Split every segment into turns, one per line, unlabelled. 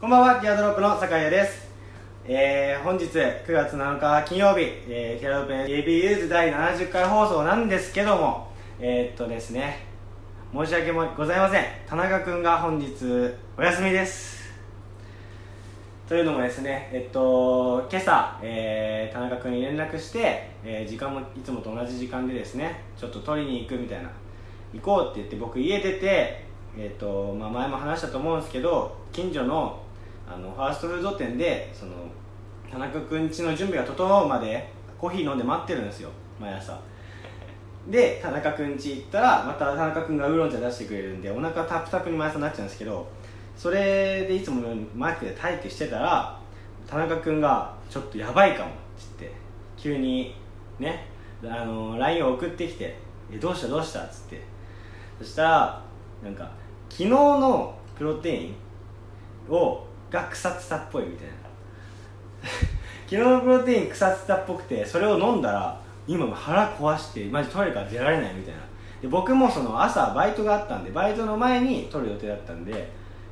こんばんは、ティアドロップの酒谷です。えー、本日9月7日金曜日、えー、ティアドロップ AB ユーズ第70回放送なんですけども、えー、っとですね、申し訳もございません。田中くんが本日お休みです。というのもですね、えっと、今朝、えー田中君に連絡して、えー時間もいつもと同じ時間でですねちょっと取りに行くみたいな行こうって言って僕家出て、えっとまあ、前も話したと思うんですけど近所のあのファーストフード店でその田中君家の準備が整うまでコーヒー飲んで待ってるんですよ毎朝で田中君家行ったらまた田中君がウーロン茶出してくれるんでお腹タプタプに毎朝なっちゃうんですけどそれでいつものようにマークで待機してたら田中君が「ちょっとやばいかも」って言って急にねあの LINE を送ってきて「えどうしたどうした?」っつってそしたらなんか昨日のプロテインをが腐ってたっぽいみたいな昨日のプロテイン腐ってたっぽくてそれを飲んだら今腹壊してマジトイレから出られないみたいなで僕もその朝バイトがあったんでバイトの前に取る予定だったんで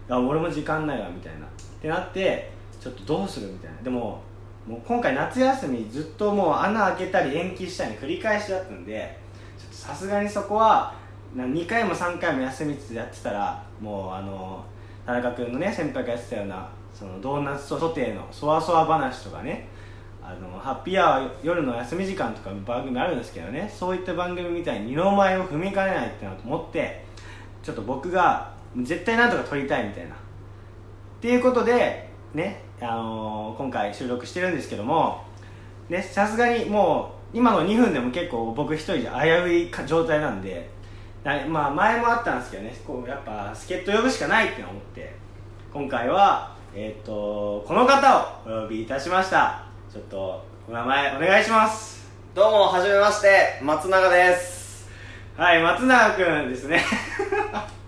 あ俺も時間ないわみたいなってなってちょっとどうするみたいなでももう今回夏休みずっともう穴開けたり延期したり繰り返しだったんでちょっとさすがにそこはな2回も3回も休みつつやってたらもうあの田中君のね先輩がやってたようなそのドーナツソテーのそわそわ話とかねあのハッピーアワー夜の休み時間とか番組あるんですけどねそういった番組みたいに二の舞を踏みかねないってなと思ってちょっと僕が絶対なんとか撮りたいみたいなっていうことでね、あのー今回収録してるんですけどもねさすがにもう今の2分でも結構僕一人じゃ危ういか状態なんでなまあ前もあったんですけどねこうやっぱ助っ人呼ぶしかないって思って今回はえっ、とこの方をお呼びいたしましたちょっとお名前お願いします
どうも、はじめまして、松永です。
はい、松永くんですね。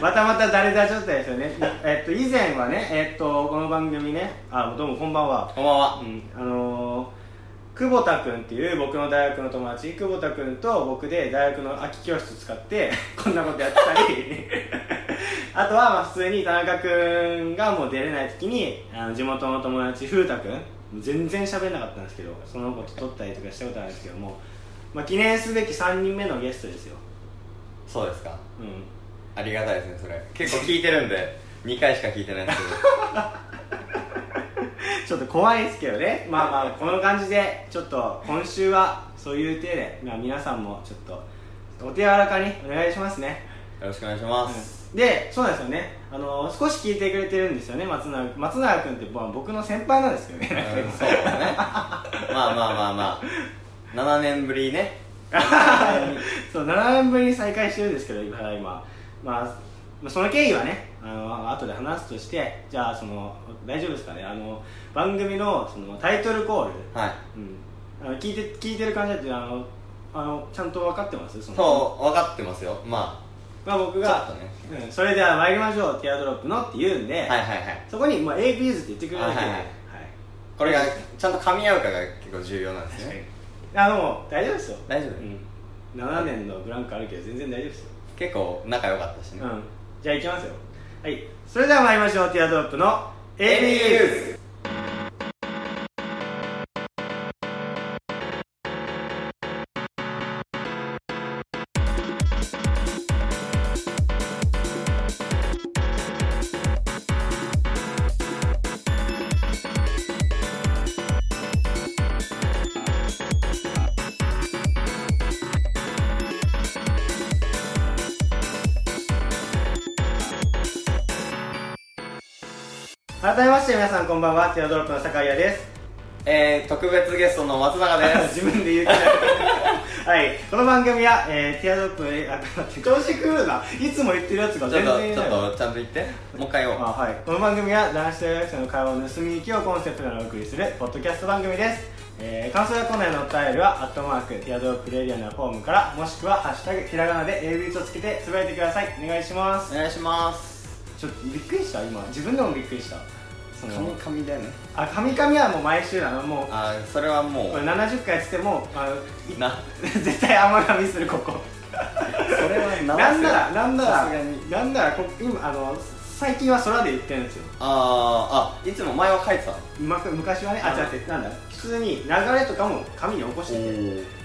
またまた誰だちょっとですよね。えっと、以前はね、えっと、この番組ね、あ、どうもこんばんは。
こんばん
う
は。
ん、あのー久保田君っていう僕の大学の友達久保田君と僕で大学の空き教室使って こんなことやってたり あとはまあ普通に田中君がもう出れない時にあの地元の友達風太君全然喋んなかったんですけどその子と撮ったりとかしたことあるんですけども、まあ、記念すべき3人目のゲストですよ、
そうですか。
うん、
ありがたいですね、それ。結構聞いてるんで、2回 しか聞いてないんですけ
ちょっと怖いですけどねまあまあこの感じでちょっと今週はそういう体で、まあ、皆さんもちょっとお手柔らかにお願いしますね
ど、よろしくお願いします。
でそうなんですよねあの少し聞いてくれてるんですよね松永松永君ってまあ僕の先輩なんですけどね
うん、そうですね。 まあまあまあまあ、7年ぶりね。
そう7年ぶりに再会してるんですけど今今、まあまあ、その経緯はねあの後で話すとしてじゃあその大丈夫ですかねあの番組のそのタイトルコール
はい。
うん、あの聞いて聞いてる感じだってあのあのちゃんと分かってますその
そう、分かってますよ。ま
まあ、僕
あ、ちょっ
が
と、ね。
うん、それでは参りましょうティアドロップのって言うんで、
はいはいはい。
そこに、まあ、a b u s って言ってくれるだけで、
あはいはいこれが、ちゃんと噛み合うかが結構重要なんですね。
はいあでも大丈夫ですよ、
大丈夫
うん、7年のブランクあるけど全然大丈夫ですよ、
結構仲良かった
う
しね。
ん、じゃあ行きますよはいそれでは参りましょうティアドロップの a b u s
ズ
改めまして皆さんこんばんはティアドロップの酒井です
えー、特別ゲストの松永で
自
す。
分で言ってないはいこの番組は、えー、ティアドロップえあ待って調子狂うないつも言ってるやつが
ちょ
全
っ
然
と、
言え
ちょ
な
っ
い
と、ちゃんと言って。もう一回言おう。
あはい、この番組は男子大学生の会話を盗み聞きをコンセプトにお送りするポッドキャスト番組です、えー感想やコーナーへのお便りは「アットマークティアドロップレディア」のフォームからもしくは「ハッシュタグひらがな」で AB とつけてつぶやいてくださいお願いします
お願いします。
ちょっとびっくりした今自分でもびっくりしたそ
噛み
の
噛みだよね。
あ神々はもう毎週なのもう
あーそれはも
これ
う
70回っつってもあのい
な
絶対甘噛みする ここ
それは
なんならなんな
さすが
ら
に
なんならこ今あの最近は空で言ってるんですよ
あーあいつも前は書いてた
うまく昔はねあ
あ
違う違うなんだ普通に流れとかも紙に起こして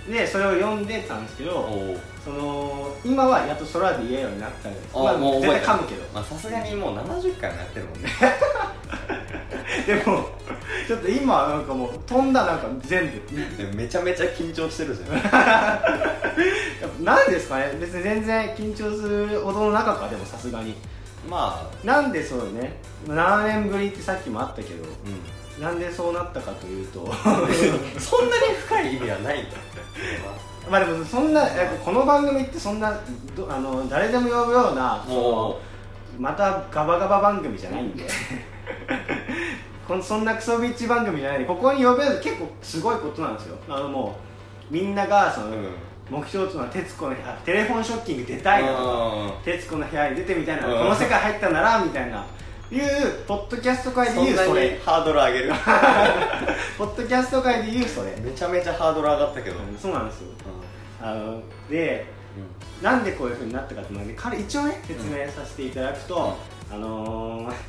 てでそれを読んでたんですけど
おお
その今はやっと空で言えるようになったんです
あ
まあ
もう
絶
覚
対
えて
噛むけど
まあさすがにもう70回もやってるもんね
でもちょっと今はなんかもう飛んだなんか全部
でもめちゃめちゃ緊張してるじゃん
やっぱなんですかね別に全然緊張するほどの中かでもさすがに
まあ
なんでそうね7年ぶりってさっきもあったけど
う
なんでそうなったかというと
ん そんなに深い意味はないんだ
まあでもそんなやっぱこの番組ってそんなどあの誰でも呼ぶような
も
またガバガバ番組じゃないんで このそんなクソビッチ番組じゃないんでここに呼べる結構すごいことなんですよあのもうみんながそうの、
うん
目標というのは徹子の部屋あテレフォンショッキング出たいなと徹子の部屋に出てみたいな
うん
この世界入ったならみたいないうポッドキャスト界で
そ
言
ん
う
な
そ
に
れ
ハードル上げ る
ポッドキャスト界で言うそれ
めちゃめちゃハードル上がったけど、
そうなんですよあのでなんでこういうふうになったかっていうのはね彼一応ね説明させていただくと、あのー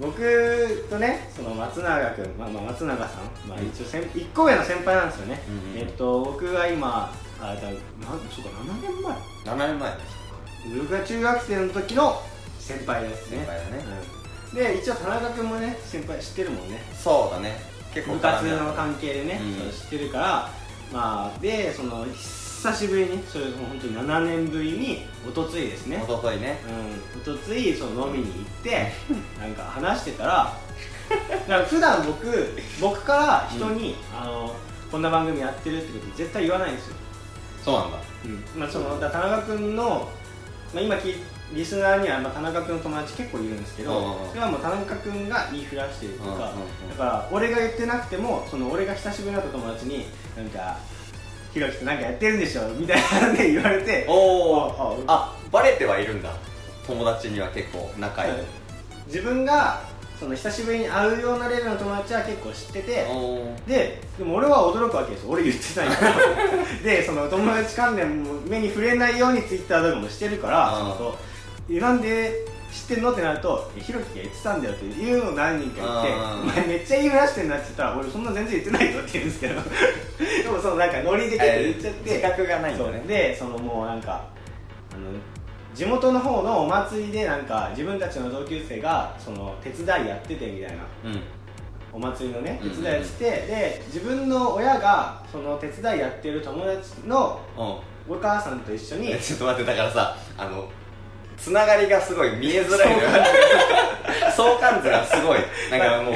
僕とねその松永君、まあ、まあ松永さん、まあ、
うん
一応先1個上の先輩なんですよね、
うんうん
えっと僕が今あだなんそうか7年前
7年前
僕が中学生の時の先輩ですね
先輩だね
うんで一応田中君もね先輩知ってるも んね
そうだね結構
部活
絡みあ
の
った
関係でね、
う
そ
ん
う知ってるからまあでその久しぶりにそれもう本当に7年ぶりにおとついですね
おとといね
うん、おとついその飲みに行ってなんか話してたら なんか普段僕僕から人に、あのこんな番組やってるってこと絶対言わないんですよ、
そうなんだ
まあ、そのだから田中君の、まあ、今きリスナーにはまあ田中君の友達結構いるんですけど
うんうんうん
それはもう田中君が言いふらしてるとか
うんうんうん
だから俺が言ってなくてもその俺が久しぶりに会った友達になんか「ひろきってなんかやってるんでしょ」みたいなね言われて
おお
ああ
あバレてはいるんだ友達には結構仲いい、
自分がその久しぶりに会うようなレベルの友達は結構知ってて
おー
ででも俺は驚くわけですよ俺言ってない からでその友達関連も目に触れないようにツイッターとかもしてるから
うん
そのえなんで知ってんのってなると「えひろきが言ってたんだよ」っていうのを何人か言
うん
って「お前めっちゃ言いふらしてんな」って言ったら「俺そんな全然言ってないよ」って言うんですけどでもそのなんかノリで結構言っちゃって、
えー自覚がないん
そ
だ
う
ね
でそのもうなんかあの地元の方のお祭りでなんか自分たちの同級生がその手伝いやっててみたいな
うん
お祭りのね
う
手
んうんうん
伝いやってて、で自分の親がその手伝いやってる友達の
うん
お母さんと一緒 に
えちょっと待ってだからさあのつながりがすごい見えづらいのよ相関図がす ごいなんかもう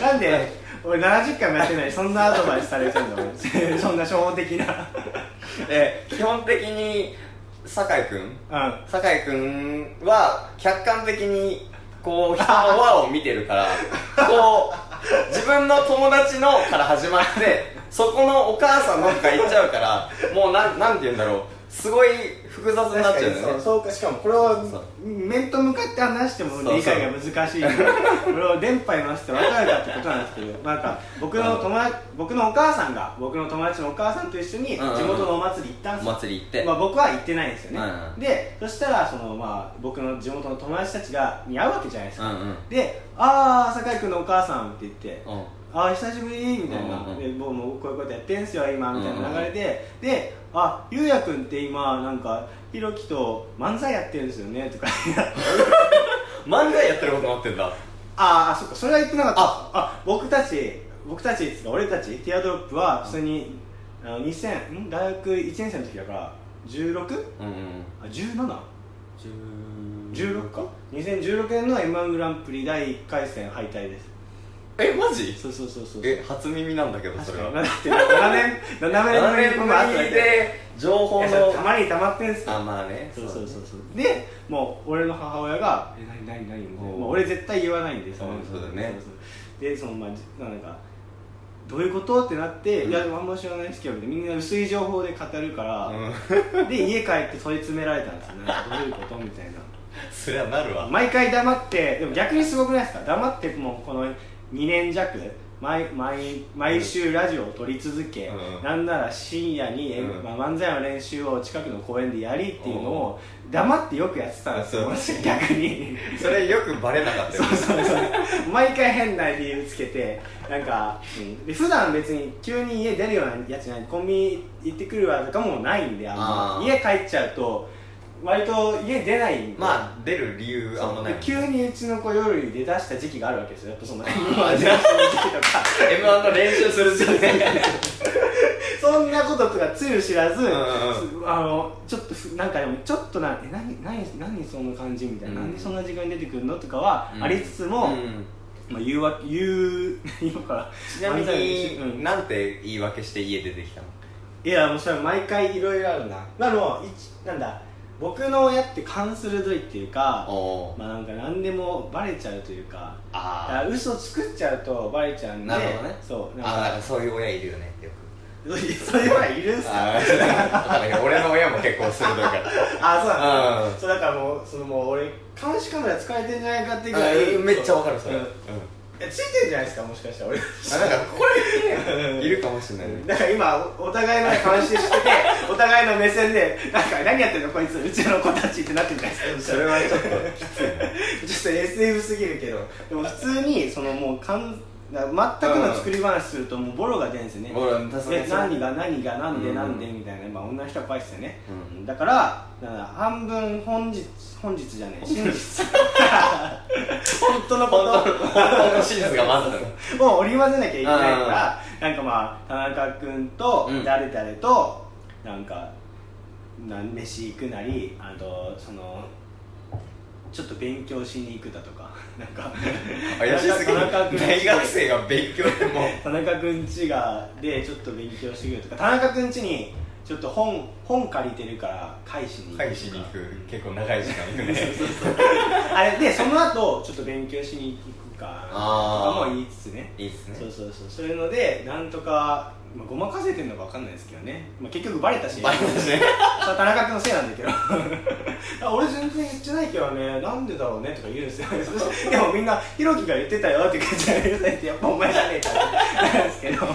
なんで俺70回もやってないそんなアドバイスされてるんだもん そんな初歩的な
え基本的に酒井君
うん
酒井君は客観的にこう人の輪を見てるからこう自分の友達のから始まってそこのお母さんのとか行っちゃうからもうなんなんて言うんだろうすごい複雑になっちゃうんだよ
そう
ね
そうかしかもこれは
そう
面と向かって話しても
そうそう
理解が難しいこれを電波に回して分かるかってことなんですけ どなんか僕の友達僕のお母さんが僕の友達のお母さんと一緒に地
うんうんうん
元のお祭り行ったん
お
ですよ
祭り行って、
まあ、僕は行ってないんですよね、
うんうん
でそしたらその、まあ、僕の地元の友達たちがに会うわけじゃないですか、
うんうん
で「ああ酒井君のお母さん」って言って
うん
ああ久しぶりみたいな、
うんうんうん
でもうもうこういうことやってんすよ今みたいな流れで、で「あゆうやくんって今なんかひろきと漫才やってるんですよね」と か
漫才やってることになってんだ
ああそっかそれは言ってなかった
あ
あ僕たち僕たちですか俺たちティアドロップは普通に、あの2000ん大学1年生の時だから 16?
うんうん
あ 17? 16
16
か2016年の m 1グランプリ第1回戦敗退です
えマジ
そうそうそうそう
え初耳なんだけどそ
確
れ
かに
は
だって7年7
7
年
年
ぶり
ぶ
に会った
りで情報の
たまに溜まってんすよ
あまあね
そうそうそううそうでもう俺の母親が「え何何何?」みたいな
おう
もう俺絶対言わないんでその
うんそうだね
そうそうでそのまあじなんかどういうことってなって「
うん
いやあんま知らないですけど」みたいなみんな薄い情報で語るから、
だね
で家帰って問い詰められたんですよねどういうことみたいな
うんそりゃなるわ
毎回黙ってでも逆にすごくないですか黙ってもうこの2年弱毎毎毎週ラジオを撮り続け、
うん
なんなら深夜に、え
うん
まあ、漫才の練習を近くの公園でやりっていうのを黙ってよくやってたんですよ、私逆に。
それよくバレなかったよ
そうそうそう毎回変な理由つけてなんか、うん、で普段別に急に家出るようなやつじゃないコンビニ行ってくるわとかもないんであんま
あー
家帰っちゃうと割と家出ないんで
まあ出る理由あんま
そう
ない
で急にうちの子夜に出だした時期があるわけですよやっぱ その M−1
ー
出だした時期とか
m 1の練習する時期
そんなこととかつゆ知らず、
うんうん
あのちょっとふなんかでもちょっとなえ何何何その感じみたいな、
うん
なんでそんな時間に出てくるのとかは
うん
ありつつも、
うん
まあ、言うわ言う 今から
ちなみ
う
に
ん
なんて言い訳して家出てきたの
いやもうそれは毎回いろいろあるなまあでも一なんだ僕の親って勘鋭いっていうか
おー
まあなんか何でもバレちゃうというかだか
あ
ら嘘作っちゃうとバレちゃうんで
なるほどね
そうな
ー
んか
あーなんかそういう親いるよねよく
そういう親いるんすか
あ あ俺の親も結構鋭いから
あそうなん
う
だそうだからもうそのもう俺監視カメラ使えてんじゃないかっていうぐら
あ
い
めっちゃわかるそれ、
うんえついてんじゃないですかもしかしたら俺
あなんかこ
うん
れいるかもしれないね
だから今おお互いの監視しててお互いの目線でなんか何やってんのこいつうちの子たちってなってるじゃないです
そ
か
れはちょっ と
ちょっと SF すぎるけどでも普通にそのもうかんな全くの作り話するともうボロが出るんですよね、
俺は確か
で
に
何が何がなんでなんで
うん
みたいな、まあ、女の人は怖いっすよね、
う
だからだから半分本日本日じゃねえ真 実本当のこ
本
と
当の本当の真実がまず
もう織り交ぜなきゃいけないから、なんかまあ田中君と
うん
誰々と、なんかなん飯行くなりあとそのちょっと勉強しに行くだとか なんか
怪しすぎる
田中君
大学生が勉強でも
田中君家がでちょっと勉強してくるとか田中君家にちょっと本本借りてるから返しに行くとか
返しに行く結構長い時間行くね
あれでその後ちょっと勉強しに行くか
あー
とかも言いつつね
いいっすね
そうそうそうそういうのでなんとか、まあ、ごまかせてるのか分かんないですけどね、まあ、結局バレたし
バレたしね
そ れは田中君のせいなんだけど あ俺全然言ってないけどねなんでだろうねとか言うんで すよでもみんな「ひろきが言ってたよ」って感じで言うてやっぱお前じゃねえかってなんですけど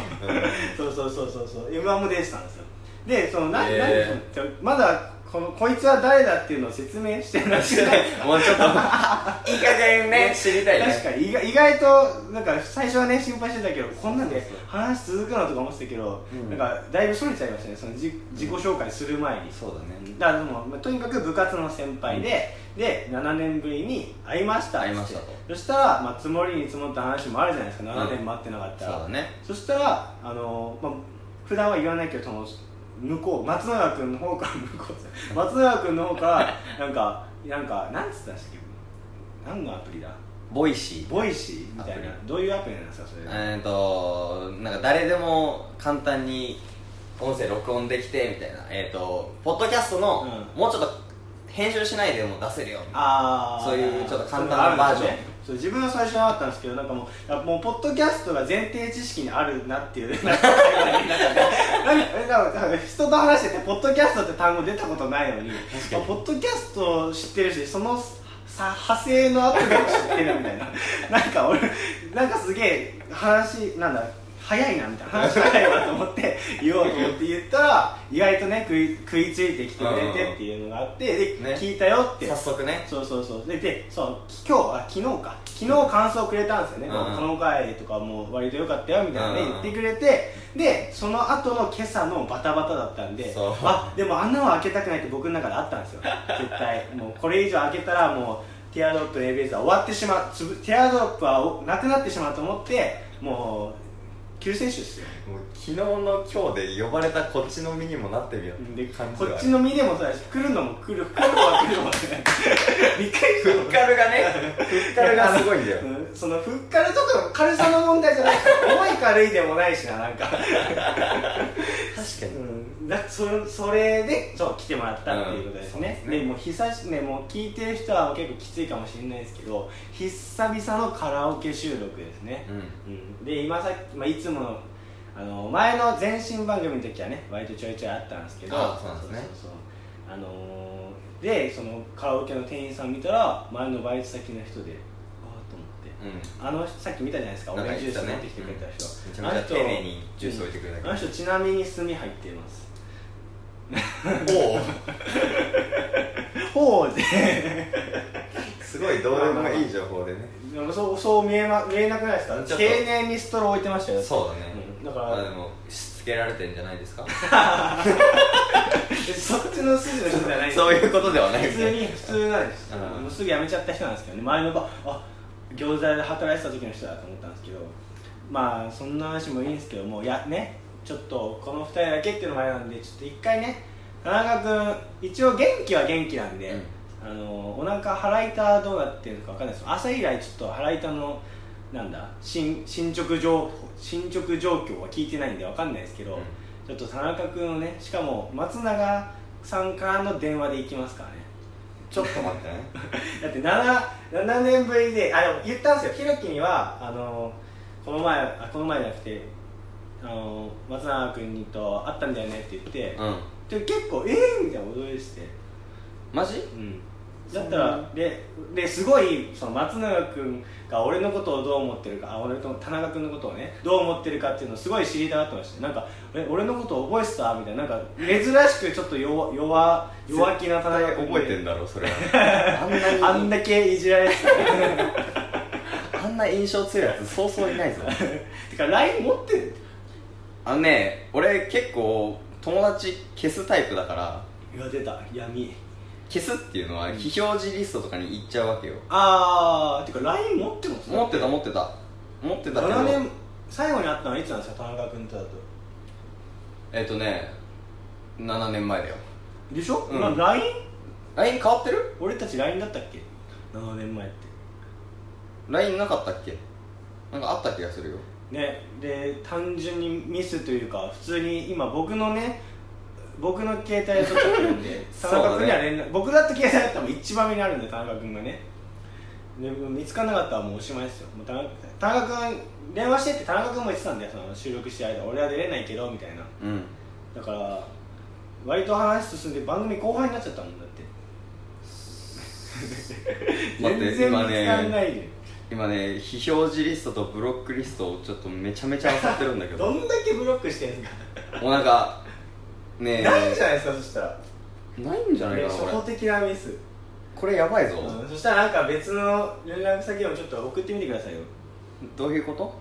そうそうそうそうそう m 1も出てたんですよでそのな、何
へ
まだこのこいつは誰だっていうのを説明してなくて
もうちょっといい加減ね知りたい
確
ね
かに意外意外となんか最初はね心配してたけどこんなんで
そうそう
話続くのとか思ってたけど、
うん
なんかだいぶそれちゃいましたねその自自己紹介する前に、
そうだね
だからもうまあとにかく部活の先輩で、で7年ぶりに会いましたっつって
会いましたと
そしたら、まあ、積もりに積もった話もあるじゃないですか7年待ってなかっ
そ
た
う
ら、
だね
そしたらあの、まあ、普段は言わないけどその向こう松永君の方から向こう 松永君の方からなんかなんかなんつったんですか何のアプリだ
ボイシー
ボイシーみたいな
アプ
どういうアプリなんですかそれ、
えーとなんか誰でも簡単に音声録音できてみたいなえっ、とポッドキャストの、
う
もうちょっと編集しないでも出せるよみたいな
あー
そういうちょっと簡単なバージョ
そ
ン
ういうのがあるんですねそう自分は最初なかったんですけどなんかもうあもうポッドキャストが前提知識にあるなっていう なんかなんかなんか人と話しててポッドキャストって単語出たことないのに
確かに
あポッドキャストを知ってるしそのさ派生のアプリを知ってるみたい ななんか俺なんかすげえ話なんだ早いなみたいな話早いなと思って言おうと思って言ったら意外とね食い食いついてきてくれてっていうのがあってで、
ね
聞いたよって
早速ね
そうそうそうででそうき今日あ昨日か昨日感想をくれたんですよね、
うん
この回とかも割と良かったよみたいなね、
うん
言ってくれてでその後の今朝のバタバタだったんで
そう
あでも穴は開けたくないって僕の中であったんですよ絶対もうこれ以上開けたらもうティアドロップの ABS は終わってしまうつぶティアドロップはおなくなってしまうと思ってもう救世主ですよ
もう昨日の今日で呼ばれたこっちの身にもなってみよう
で
って感じ
こ
は
っちの身でもそうだし来るのも来る来るのは来るのも びっくりした
フッカルが ねフッカルがすごいんだよ
うんそのふっかるとかの軽さの問題じゃない重い軽いでもないしななんか、
確かに
うん、だそれそれでそう来てもらったっていうことですね,、
うんそうですね
でもう久しねもう聞いてる人は結構きついかもしれないですけど久々のカラオケ収録ですね、
うん
うん、で今さっき、まあ、いつものあの前の前身番組の時はね割とちょいちょいあったんですけど
あそうなんですね
そうそうそうあのーでそのカラオケの店員さん見たら前のバイト先の人でああと思ってあのさっき見たじゃないですかオ
なんか
レンジ
言
ジ
っ
ュース
てたね
持ってきてくれた人、
めちゃめちゃ丁寧にジュース置いてくれたけ
あ
ど
の人ちなみに炭入ってい ます
おお
ほうで
すごいどうでもいい情報でね
でもそうそう見え,、ま、見えなくないです
ちょっと
か丁寧にストロー置いてましたよ
そうだね、
うんだから
まあでもしつけられてんじゃないですか
えそっちの筋の人じゃないです
そういうことではない
普通に普通なんです、
うん
もうすぐ辞めちゃった人なんですけどね前のばあ餃子屋で働いてた時の人だと思ったんですけどまあそんな話もいいんですけどもいやねちょっとこの2人だけっていうのもあれなんでちょっと一回ね田中君一応元気は元気なんで、
うん
あのお腹腹痛どうなってるのか分かんないです朝以来ちょっと腹痛のなんだ進進捗状進捗状況は聞いてないんで分かんないですけど、
うん
ちょっと田中君をねしかも松永さんからの電話で行きますからね
ちょっと待ってね
だって 7, 7年ぶりであでも言ったんですよひろきにはあのこの前あこの前じゃなくてあの松永君にと会ったんだよねって言って、
うん
で結構ええみたいな驚いてて
マジ
うんだったらでですごいその松永君が俺のことをどう思ってるかあ俺と田中君のことをねどう思ってるかっていうのをすごい知りたがってましたなんかえ俺のこと覚えてたみたいななんか珍しくちょっと弱弱弱気な田中君で
覚えてんだろそれ はあんなに
あんだけいじられてた
あんな印象強いやつそうそういないぞ
てか LINE 持ってる
あのね俺結構友達消すタイプだから
いや出た闇
消すっていうのは非表示リストとかに行っちゃうわけよ
ああてか LINE 持ってます
持ってた持ってた持ってたけ
7
ど
年最後に会ったのはいつなんですか田中君とだと
えっとね7年前だよ
でしょ、
うん
まあ LINE?
LINE 変わってる
俺たち LINE だったっけ7年前って
LINE なかったっけなんかあった気がするよ
ねで単純にミスというか普通に今僕のね僕の携帯で撮っちゃってるんで田
そう
中
だね
君には連絡、僕だって携帯だったらもう一番目にあるんで田中君がねで見つからなかったらもうおしまいですよもう田中田中君電話してって田中君も言ってたんだよその収録してる間俺は出れないけどみたいな
うん
だから割と話進んで番組後半になっちゃったもんだって
待って
全然見つ
今
かん
ね
ないで、
今ね非表示リストとブロックリストをちょっとめちゃめちゃ漁ってるんだけ
ど
ど
んだけブロックしてんすか
もうなんかねえ
ないんじゃないですかそしたら
ないんじゃないかな
初歩
これ
的なミス、
これやばいぞ、
うんそしたらなんか別の連絡先でもちょっと送ってみてくださいよ
どういうこと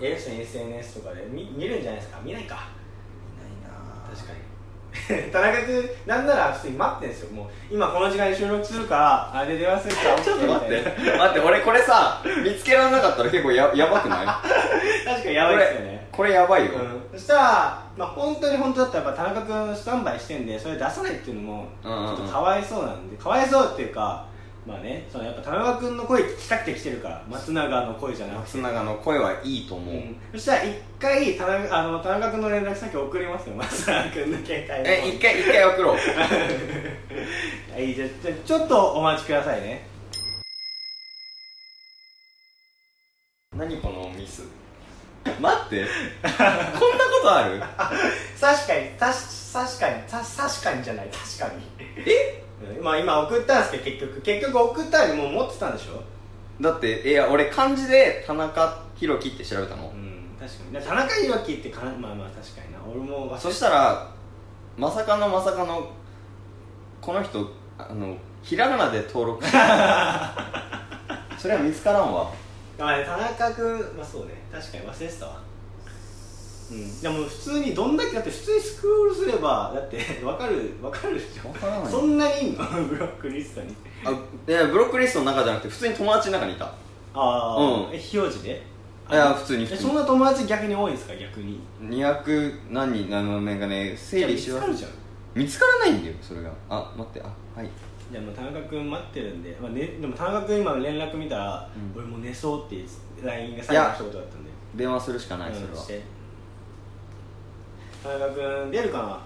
える人に SNS とかで見見るんじゃないですか見ないか
ないな
確かに 田中君なんなら普通に待ってんですよもう今この時間に収録するからあれで電話するから
ちょっと待っ
みたい
て待って俺これさ見つけられなかったら結構ややばくない
な確かに やばいですよね
これこれやばいよ、
うん、そしたら、まあ、本当に本当だったらやっぱ田中君スタンバイしてんでそれ出さないっていうのもち
うんうんう
ょ
ん
っとかわいそうなんでかわいそうっていうかまあねそのやっぱ田中君の声聞きたくて来てるから松永の声じゃなくて
松永の声はいいと思う、
うんそしたら一回田中あの田中君の連絡先送りますよ松永君の携帯の
え一回一回送ろう
はいじゃじゃちょっとお待ちくださいね
何このミス待って こんなことある
確かにたし確かにた確かにじゃない確かに
え
うんまあ今送ったんですけど結局結局送ったのにもう持ってたんでしょ
だっていや俺漢字で田中宏樹って調べたの
う、ん確かにだから田中宏樹ってかまあまあ確かにな俺も忘れ
そしたらまさかのまさかのこの人あのひらがなで登録したそれは見つからんわ
あね田中君まあそうね確かに忘れてたわうんでも普通にどんだけだって普通にスクロールすればだってわかるわかるでしょ
わからない
そんなにいんの ブロックリストに
あいやブロックリストの中じゃなくて普通に友達の中にいた
ああ、
うん
え非表示で
いや普通に
え
普通
そん
に
な友達逆に多いんですか逆に
200何人なのなんかね整理し
じゃ
よ
あ見つかるじゃん
見つからないんだよそれがあ待ってあはい
じゃあもう田中君待ってるんで、まあね、でも田中君今の連絡見たら、
うん
俺もう寝そうって LINE が最後の一言だったんで
電話するしかない
うん
それは
して田中君出るかな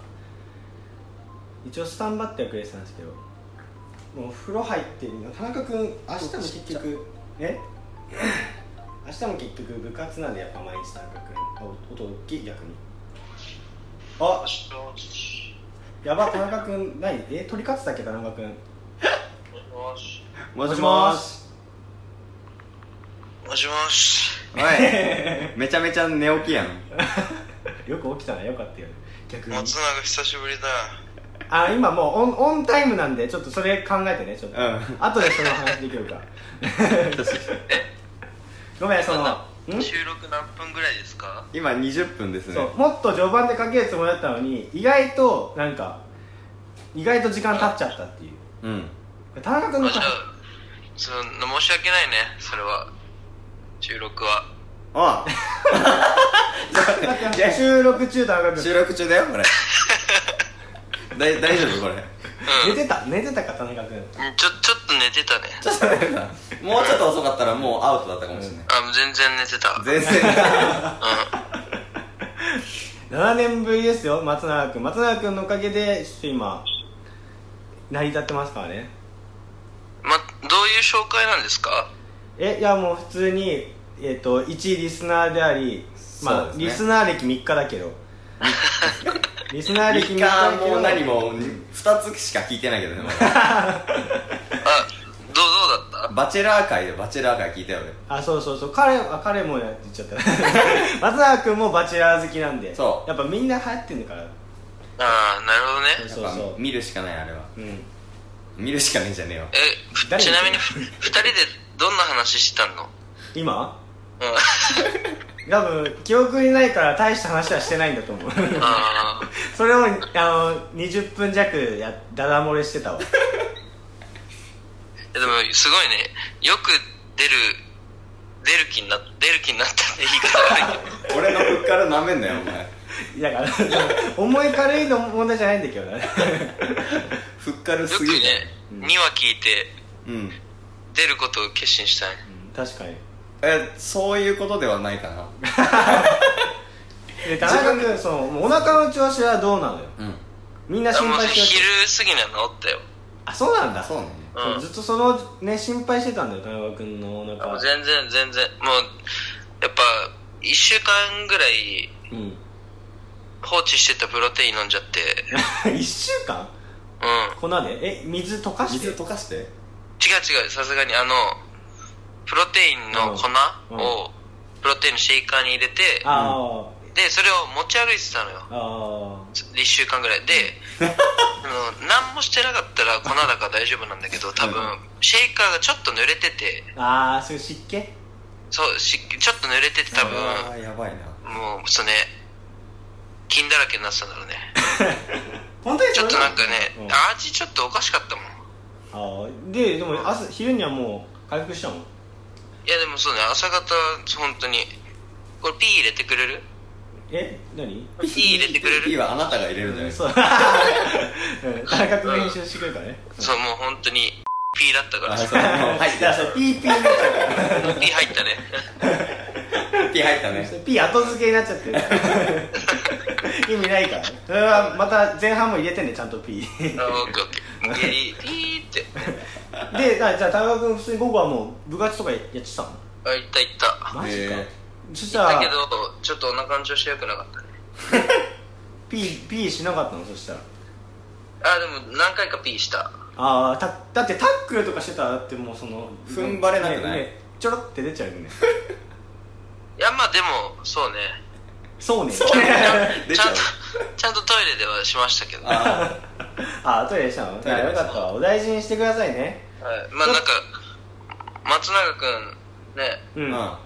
一応スタンバってはくれてたんですけどもう風呂入ってるの田中君明日も結
ちっちゃ
局え 明日も結局部活なんでやっぱ毎日田中君あお音大きい逆にあ
もし
やば田中君何え取り勝つだっけ田中君
もし
も
もし
し
も
も
し
し
ももしもし。
おいめちゃめちゃ寝起きやん
よく起きたらよかったよね逆に
松永久しぶりだ。
あ今もうオンオンタイムなんでちょっとそれ考えてねちょっと、
うん
後でその話できるから ごめんそのん
収録何分ぐらいですか
今20分ですね
そうもっと序盤でかけるつもりだったのに意外となんか意外と時間経っちゃったっていう
うん
田中君の
あじゃあその、申し訳ないね、それは。収録は。
あ
いや収録中田中君
収録中だよこれ だ大丈夫これ
寝てた寝てたか田中君
うんちょ、ちょっと寝てたね。
ちょっと待ってなもうちょっと遅かったらもうアウトだったかもしれない、
あ、もう全然寝てた。うん。
全然
7年ぶりですよ松永君松永君のおかげでちょっと今成り立ってますからね
ま、どういう紹介なんですか
えいやもう普通に、えっと一リスナーであり
そう
まあ、
ですね
リスナー歴3日だけ どリス ナー歴3
3
日だ
日
けど
もう何も2つしか聞いてないけどねまだ
あ、どう、どうだっ
バチェラー界でバチェラー界聞いたよ俺
あそうそうそう彼あ彼もやって言っちゃった 松永君もバチェラー好きなんで
そう
やっぱみんな流行ってんのから
たああ、なるほどね。
そう
やっ
そ
ぱ
う
見るしかないあれは
うん
見るしかねえじゃねえよ
え、ふ
誰
ちなみに、ふ二人でどんな話してたの
今
うん。
多分記憶にないから大した話はしてないんだと思う
あ
それをあの20分弱やダダ漏れして たわ
ーいやでも、すごいね。よく出る、出る気にな、出る気になったって言い方悪いけど。
俺のふっからなめんなよお前
だから重い軽いの問題じゃないんだけどね
ふっから
よ
す
く
ぎる
ね、2話聞いて
うん
出ることを決心したい
うん確かに
えそういうことではないかな
で田中君そのもうお腹の調子はどうなのよ
うん
みんな
あ
心
もう
配して
昼
る
過ぎには治ったよ
あそうなんだ
あそうね
そ
うん
うずっとそのね心配してたんだよ田中君のお
も
腹
う全然全然もうやっぱ1週間ぐらい
うん
放置してたプロテイン飲んじゃって
1週間
うん
粉でえ水溶かして
水溶かして
違う違うさすがにあのプロテインの粉をプロテインのシェイカーに入れて
あ
でそれを持ち歩いてたのよ
あ、あ
1週間ぐらいであの何もしてなかったら粉だから大丈夫なんだけど多分シェイカーがちょっと濡れてて
あああそういう湿気
そうしちょっと濡れてて多分
ああやばいな
もうそれね金だらけになってたんだろうね
本当に
ちょっとなんか
う
ね
あ
味ちょっとおかしかったもん
あーででも朝昼にはもう回復したもん
いやでもそうね朝方本当にこれピー入れてくれる
え何
ピー入れてくれ
いい
る
はあなたが入れるんじゃない
そう うん田中君練習してくれるからね
そうもう本当にピーだったか
あ
ら
そう
ピ
入
じゃあ
っ
そうピーピーになっちゃうか
ー入ったね
たピー入った
ら
ね
ピー後付けになっちゃってる 意味ないからそれはまた前半も入れてねちゃんとピー
あオッケーオッケー下痢ピーって
でだじゃあ田中君普通に午後はもう部活とかやってたの
あいったいった
マジか、
え
そした
だ
ら
けどちょっとお腹の調子良くなかったね
ピーピーしなかったのそしたら
あでも何回かピーした
ああただってタックルとかしてたらだってもうその
踏ん張れなくない
ねねちょろって出ちゃうよね
いやまあでもそうね
そうね
出
ち
ち
ゃ
ゃ
ん
う
と ちゃんとトイレではしましたけどはい
あ
ああトイレしたの
トイレ
あよかったわお大事にしてくださいね
まあなんか松永くんね
う
ーうん
ん
あ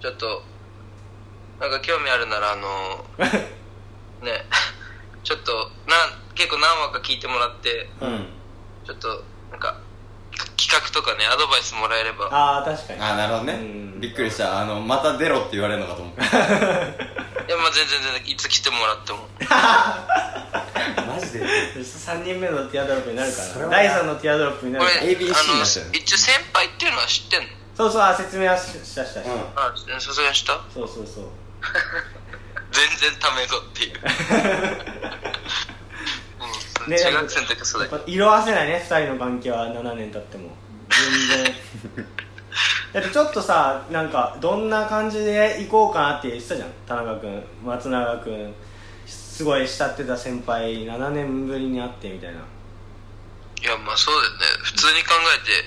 ちょっとなんか興味あるならあのねちょっとなん結構何話か聞いてもらって
うん
ちょっとなんか企画とかねアドバイスもらえれば
ああ確かに
あなるほど
うん
ねびっくりしたあのまた出ろって言われるのかと思った
いやまあ全然全然いつ来てもらっても
マジで
3人目のティアドロップになるか
それ
ら
は
第3のティアドロップにな
こ
る
れ
から
ABC になっちゃう
あの一応先輩っていうのは知ってんの
そうそうあ説明はししたしたした、
う
あさすがにした
そうそうそう
全然ためぞっ ていううん
ね
中学生の時はそうだ
やっ
け
ぱ
ど
色あせないね2人の関係は7年経って も全然だってちょっとさなんかどんな感じで行こうかなって言ってたじゃん田中君松永君すごい慕ってた先輩7年ぶりに会ってみたいない
やまあそうだよね普通に考えて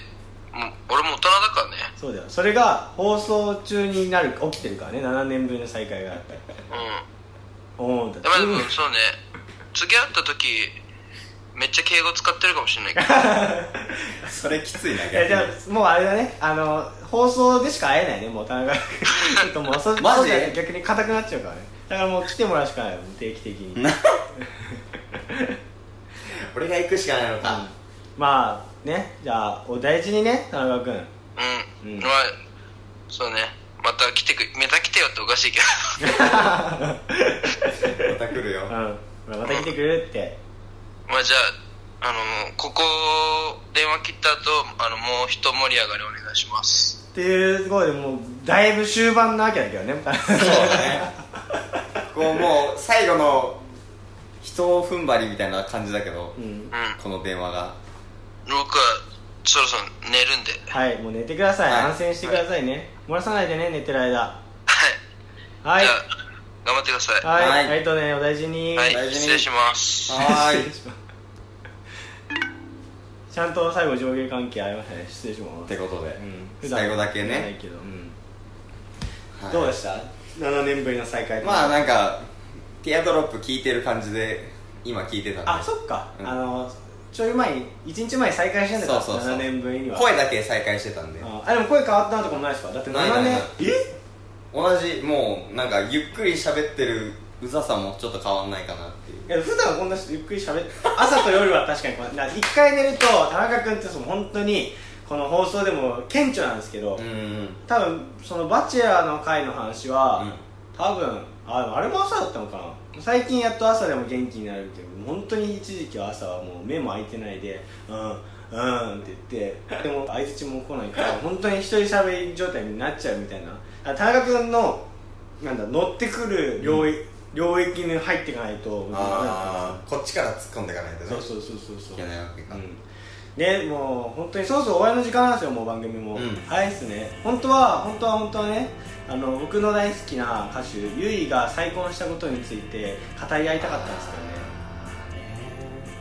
もう俺も大人だからね
そうだよそれが放送中になる起きてるからね7年ぶりの再会があって
う
おおだっ
ん
て
まあでもそうね次会った時めっちゃ敬語使ってるかもしれ ないけど
それきついな
え
逆
じゃ
に
あもうあれだねあの放送でしか会えないねもう田中君ちょっとも うそ
マジ
そうじゃないと逆に硬くなっちゃうからねだからもう来てもらうしかないよ定期的に、うん、
俺が行くしかないのか、
まあねじゃあお大事にね田中君
う
うん
んまあそうねまた来てくまた来てよっておかしいけど
また来るよ
うん、まあまた来てくれるって
まあじゃああのここ電話切った後あのもう一盛り上がりお願いします
っていうところでもうだいぶ終盤なわけだけどね
そうだねこうもう最後の人踏ん張りみたいな感じだけど、
うん
うん
この電話 が
僕はそろそろ寝るんで
はいもう寝てください、
はい
安静してくださいね、漏らさないでね寝てる間
は
はいい
じゃあ頑張ってくださいは
はい、
はい
はい、とねお大事に、
い、
大事に
失礼します
はーい
ちゃんと最後上下関係ありましたね失礼しま
っ
す
てことで、
うん
最後だけ
普段はない
ね、
けど、うん
はい
どうでした7年ぶりの再会
まあなんかティアドロップ聞いてる感じで今聞いてたんで
あそっか、
うん
あのちょい前に1日前に再会してんだから
そうそうそ
7
う
年ぶりには
声だけ再開してたんで
ああでも声変わったなとかもないですかだって
ないな
7
い
年
ない
え
同じもうなんかゆっくり喋ってるうざさもちょっと変わんないかなっていう
いや普段こんな人ゆっくり喋って朝と夜は確かにこうな一回寝ると田中君ってその本当にこの放送でも顕著なんですけど、
うんうん
多分その「バチェラー」の回の話は、
うん
多分あでもあれも朝だったのかな最近やっと朝でも元気になれるけど本当に一時期は朝はもう目も開いてないでうんうんって言ってでも相づちも来ないから本当に一人喋り状態になっちゃうみたいなあ田中君のなんだ乗ってくる領域,、領域に入っていかないと
ああこっちから突っ込んでいかないとね
そうそうそうそうそう
いけないわけか、
ねもう本当にそろそろ終わりの時間なんですよもう番組も、
うん
早いっすね本当は本当は本当はねあの僕の大好きな歌手ゆいが再婚したことについて語り合いたかったんですけどね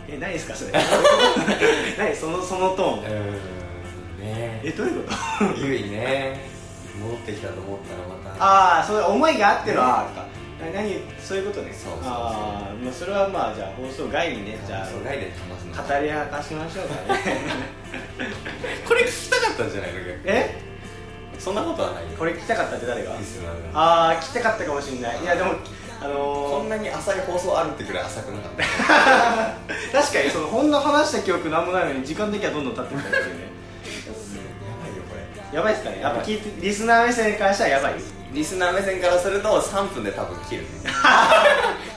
え何ですかそれ 何そのそのトーン
うんね
えどういうこと
ゆいね戻ってきたと思ったらまた
ああそういう思いがあってのはあるかな何そういうことね
そうそうそう
あーまあそれはまあじゃあ放送外にねじゃあ
そうないで話すの
語り明かしましょうかね
これ聞きたかったんじゃないの逆に
え
そんなことはないよ
これ聞きたかったって誰が
リスナーが
ああ来たかったかもしれないいやでもあ
こ
の
ん
ー、
なに浅い放送あるってくらい浅くなかった
確かにそのほんの話した記憶なんもないのに時間的にはどんどん経ってるんですよね
やばいよこれ
やばいっすかねやっぱ聞いてリスナー目線からしたらやばい
リスナー目線からすると3分で多分切る ね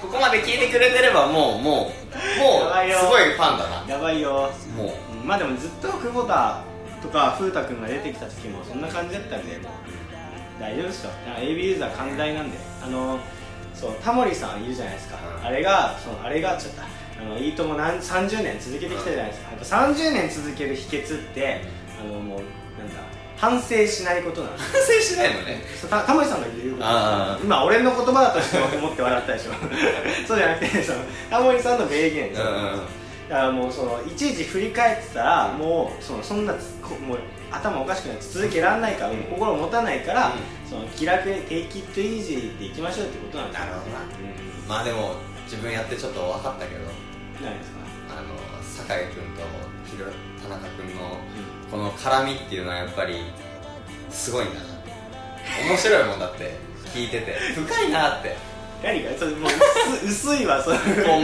ここまで聞いてくれてればもうもうもうす
やばいよ
ごいファンだな
やばいよ
もう
うんまあでもずっと久保田とか風太くんが出てきた時もそんな感じだったんでもう大丈夫っすよだから AB ユーザー寛大なんであのそうタモリさんいるじゃないですか、
うん
あれがそのあれがちょっとあのいいとも何30年続けてきたじゃないですか、やっぱ30年続ける秘訣ってあのもうなんだ反省しないことなんですよ
反省しないの ね
そうたタモリさんが言うこと
ああ
今俺の言葉だとして思って笑ったでしょ そうじゃなくてそのタモリさんの名言です
う
よ
んうん
だからもうそのいちいち振り返ってたら、もうそのそんなつこもう頭おかしくなって続けられないから、もう心持たないから、
うん
その気楽に「テイキットイージー」でいきましょうってことなんだ
なるほどなまあでも自分やってちょっと分かったけど
うんないですか、
あの酒井君とひろ田中君のこの絡みっていうのはやっぱりすごいんだな面白いもんだって聞いて て深いなって
何がそれもう薄薄いわそれ
こう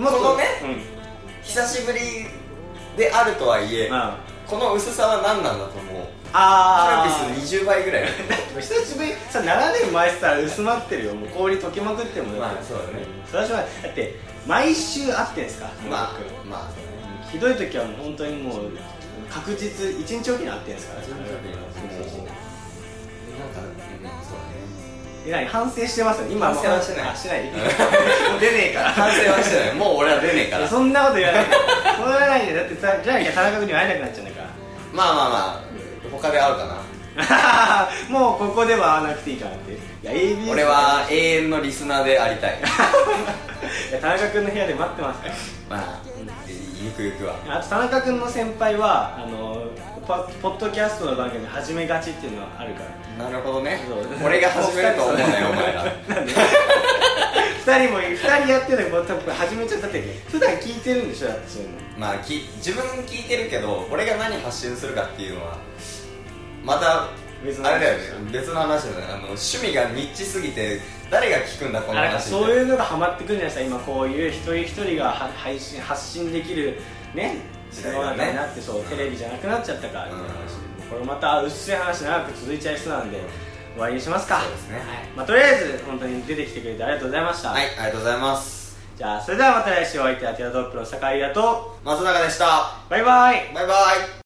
もう
そう
このね
うん
久しぶりであるとはいえ、
まあ
この薄さは何なんだと思うカル
あー
ピス20 倍ぐらいだよね
久しぶりさ7年前ってたら薄まってるよもう氷溶けまくってもね、
まあそうだね
それはしょうがないだって毎週会ってんですか
まあ
僕
まあそうだね
ひどい時はもう本当にもう確実1日おきに会ってんですから
もうなんか、うん、そうだね
え何反省してます今
反省はしてない
あしないもう出ねえから
反省はしてないもう俺は出ねえから
いやそんなこと言わないでそんなこと言わないでだってさじゃなきゃ田中君には会えなくなっちゃうんだか
まあまあまあ他で会うかな
らもうここでは会わなくていいからっていや ABS
俺は永遠のリスナーでありたい
いや田中君の部屋で待ってますから
まあゆくゆくは
あと田中君の先輩はあのパポッドキャストの番組始めがちっていうのはあるからね
なるほどね
そう
俺が始めると思うなよお前ら
2人も2人やってるのに僕始めちゃったって普段聞いてるんでしょだってそういうの
まあき自分聞いてるけど俺が何発信するかっていうのはまた
別の話
あれだよね別の話だよねあの趣味がニッチすぎて誰が聞くんだこの
あなんか
話
そういううのがハマってくるんじゃないですか今こういう一人一人がは配信発信できるね
時
世
代
の
だね
中になってそう、
うん
テレビじゃなくなっちゃったからみたいな話、
うん
これまた薄い話長く続いちゃいそうなんで終わりにしますか
そうですね
はいまあ、とりあえず本当に出てきてくれてありがとうございました、
はいありがとうございます
じゃあそれではまた来週お会いいたいティアドロップの酒井だと
松永でした
バイバイ
バイバイ